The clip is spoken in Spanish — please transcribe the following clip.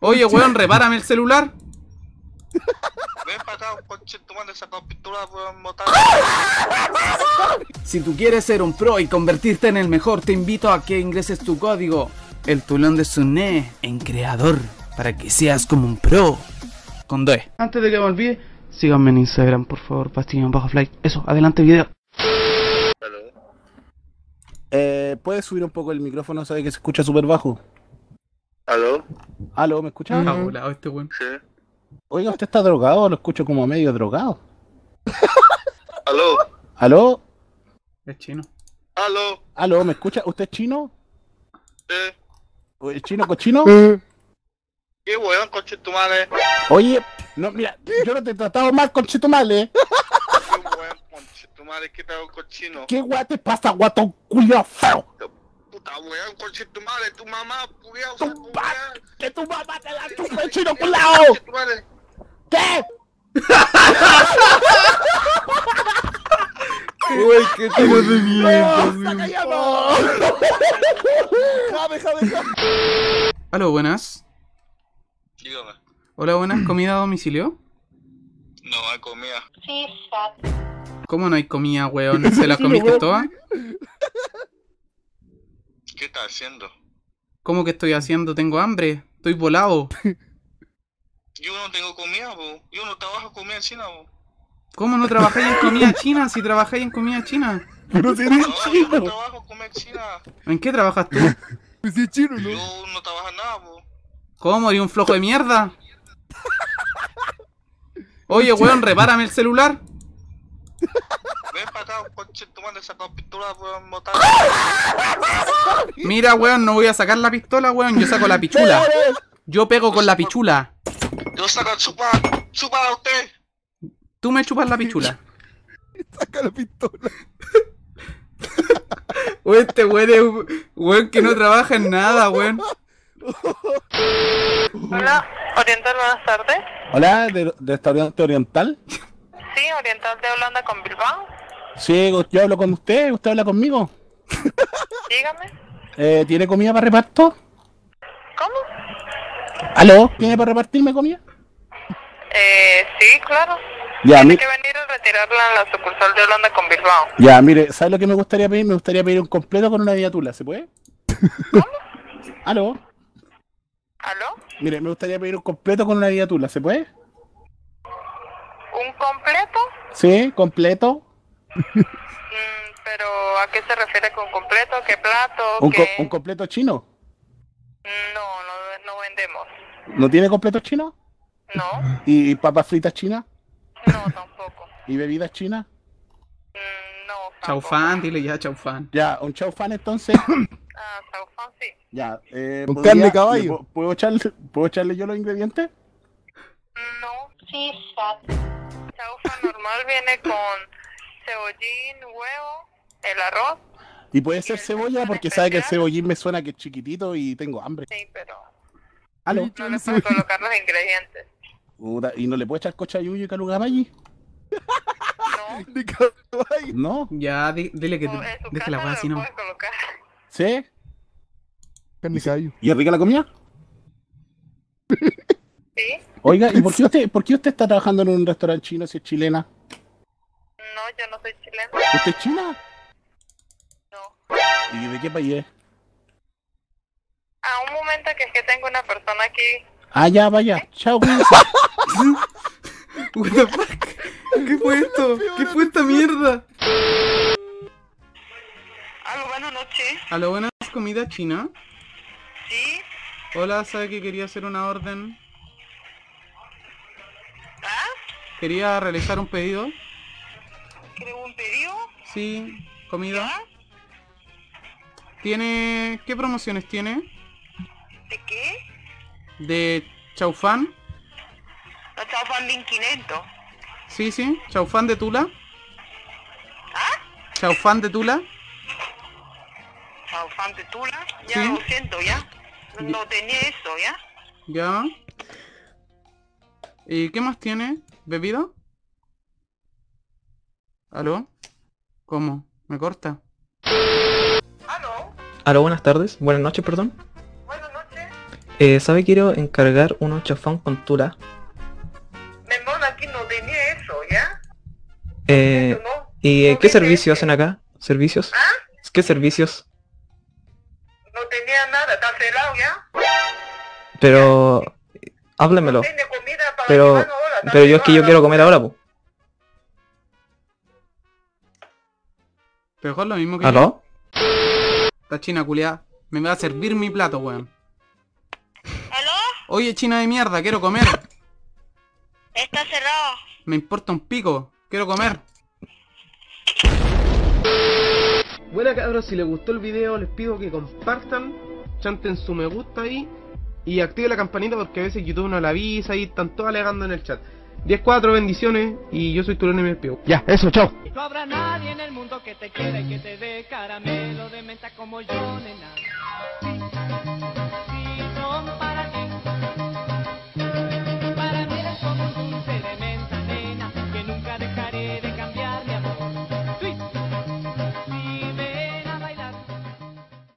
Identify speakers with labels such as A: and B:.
A: Oye, weón, repárame el celular.
B: Ven para acá, conche, tomando esa captura, weón, motar.
A: Si tú quieres ser un pro y convertirte en el mejor, te invito a que ingreses tu código, el tulón de Suné, en creador, para que seas como un pro. Con E. doe. Antes de que me olvide, síganme en Instagram, por favor, Pastillón Bajo Flight. Eso, adelante video.
C: Eh, ¿Puedes subir un poco el micrófono? Sabe que se escucha súper bajo.
B: ¿Aló?
C: ¿Aló? ¿Me escuchas?
A: Está volado este weón.
B: Sí.
C: Oiga, ¿usted está drogado? Lo escucho como medio drogado.
B: ¿Aló?
C: ¿Aló?
A: Es chino.
B: ¿Aló?
C: ¿Aló? ¿Me escucha? ¿Usted es chino?
B: Sí.
C: ¿O ¿Es chino cochino?
B: ¿Qué weón, conche, tu madre?
C: Oye, no, mira, yo no te he tratado mal, ¿eh? conchetumale.
B: ¿Qué weón, conche, tu madre? ¿Qué tal, cochino?
C: ¿Qué guay te pasa, guatón culiao feo?
B: Puta weón, conche, tu madre, tu mamá, culiao,
C: Tu
B: sapo,
C: pa-
B: weón.
C: ¡Que tu mamá te la chupe,
B: Conche,
C: chino
B: tu
C: culiao!
B: madre.
C: ¿Qué?
A: Uy, qué tipo de
C: ¡No! ¡Saca ya, no! ¡Jame, jame, jame!
A: Aló, buenas.
B: Dígame.
A: Hola, buenas, comida a domicilio.
B: No hay comida.
A: ¿Cómo no hay comida, weón? ¿Se la comiste toda?
B: ¿Qué estás haciendo?
A: ¿Cómo que estoy haciendo? Tengo hambre. Estoy volado.
B: Yo no tengo comida, po. Yo no trabajo comida en China, po.
A: ¿Cómo no trabajáis en comida china si trabajáis en comida china?
C: ¡Pero si eres
B: No, yo no
C: chino!
B: trabajo comida en China.
A: ¿En qué trabajas tú?
C: ¡Pero si es chino,
B: Yo no trabajo en nada, po.
A: ¿Cómo? ¿Y un flojo de mierda? Oye, weón, repárame el celular.
B: Ven para acá, conche, tu madre, esa captura, weón, motar.
A: Mira, weón, no voy a sacar la pistola, weón. Yo saco la pichula. Yo pego con la pichula.
B: Yo saco chupa, chupa a usted.
A: Tú me chupas la pichula.
C: ¡Saca la pistola!
A: Oye, este weón es un- weón que no trabaja en nada, weón.
D: Hola, Oriental, buenas tardes.
C: Hola, ¿de, de restaurante oriental?
D: Sí, Oriental de Holanda con Bilbao.
C: Sí, yo hablo con usted, usted habla conmigo.
D: Dígame.
C: Eh, ¿Tiene comida para reparto?
D: ¿Cómo?
C: ¿Aló? ¿Tiene para repartirme comida?
D: Eh, sí, claro.
C: Ya,
D: Tiene
C: mi-
D: que venir a retirarla en la sucursal de Holanda con Bilbao.
C: ya, mire, ¿sabe lo que me gustaría pedir? Me gustaría pedir un completo con una viatula, ¿se puede? ¿Aló?
D: ¿Aló?
C: Mire, me gustaría pedir un completo con una viatula, ¿se puede?
D: ¿Un completo?
C: Sí, completo.
D: Mm, pero ¿a qué se refiere con completo? ¿Qué plato?
C: Un, co-
D: ¿Qué?
C: un completo chino.
D: no, no, no vendemos.
C: ¿No tiene completo chino?
D: No,
C: ¿Y, y papas fritas chinas?
D: no tampoco.
C: ¿Y bebidas chinas?
D: Mm, no. tampoco.
A: Chaufán, dile ya, chaufán.
C: Ya, un chau fan entonces.
D: Ah, chaufán, sí.
C: Ya, eh,
E: Con
C: podría-
E: carne de caballo.
C: ¿le puedo- ¿puedo echarle, ¿Puedo echarle yo los ingredientes?
D: No. Sí, Chaufa normal viene con cebollín, huevo, el arroz.
C: Y puede ser
D: el
C: cebolla
D: pan
C: porque sabe que el
D: especial?
C: cebollín me suena que es chiquitito y tengo hambre.
D: Sí, pero
C: ¿Aló?
D: no le puedo colocar los ingredientes.
C: Puta, ¿Y no le puedo echar cochayuyo y calugamayí?
D: No.
E: De caballo.
C: No,
A: Ya, di- dile que
D: o en su
A: deje la weá
D: casa
A: así,
D: lo
A: no.
D: puedes colocar.
C: ¿sí?
E: Carne de caballo.
C: ¿Y es rica la comida?
D: Sí.
C: Oiga, ¿y por qué usted, por qué usted está trabajando en un restaurante chino si es chilena?
D: No, yo no soy chilena.
C: ¿Usted es china?
D: No.
C: ¿Y de qué país es?
D: A un momento que es que tengo una persona aquí.
C: Ah, ya, vaya. Chao, cuídese.
A: What the fuck? ¿Qué fue esto? ¿Qué fue esta mierda?
D: Aló, buenas noches.
A: Aló, buenas, comida china.
D: Sí.
A: Hola, ¿sabe que quería hacer una orden?
D: ¿Ah?
A: Quería realizar un pedido.
D: ¿Quiere un pedido?
A: Sí, comida. ¿Tiene. ¿Qué promociones tiene?
D: ¿De qué?
A: ¿De chaufán?
D: No estaba en 500.
A: Sí, sí, chaufán de Tula. ¿Chaufán de Tula?
D: Chaufán de Tula. Ya
A: Sí.
D: lo siento, ya. No tenía eso, ya.
A: Ya. ¿Y qué más tiene? ¿Bebida? ¿Aló? ¿Cómo? ¿Me corta?
D: Aló.
F: Aló, buenas tardes, buenas noches, perdón.
D: Buenas noches.
F: Eh, ¿Sabe? Quiero encargar unos chafán con tula.
D: Memón, aquí no tenía eso, ¿ya?
F: Eh,
D: Eso no.
F: ¿Y eh,
D: No
F: qué
D: tenía
F: servicio
D: ese.
F: hacen acá? ¿Servicios?
D: ¿Ah?
F: ¿Qué servicios?
D: No tenía nada, cancelado, ¿ya?
F: Pero... eh, Háblemelo.
D: Tiene comida para
F: Pero-
D: llevar ahora, está
F: Pero yo es que yo quiero
D: cerrado.
F: comer ahora, po.
A: Pero Juan, lo mismo que yo.
F: ¿Aló?
A: La china culiada. Me va a servir mi plato, weón.
G: ¿Aló?
A: Oye, china de mierda, quiero comer.
G: Está cerrado.
A: Me importa un pico. Quiero comer.
H: Buena cabros, si les gustó el video les pido que compartan, chanten su me gusta ahí y activen la campanita porque a veces YouTube no la avisa y están todos alegando en el chat. 10-4 bendiciones y yo soy Tulón y me despido. Ya, eso, chao.
I: No habrá nadie en el mundo que te quiera y que te dé caramelo de menta como yo, nena.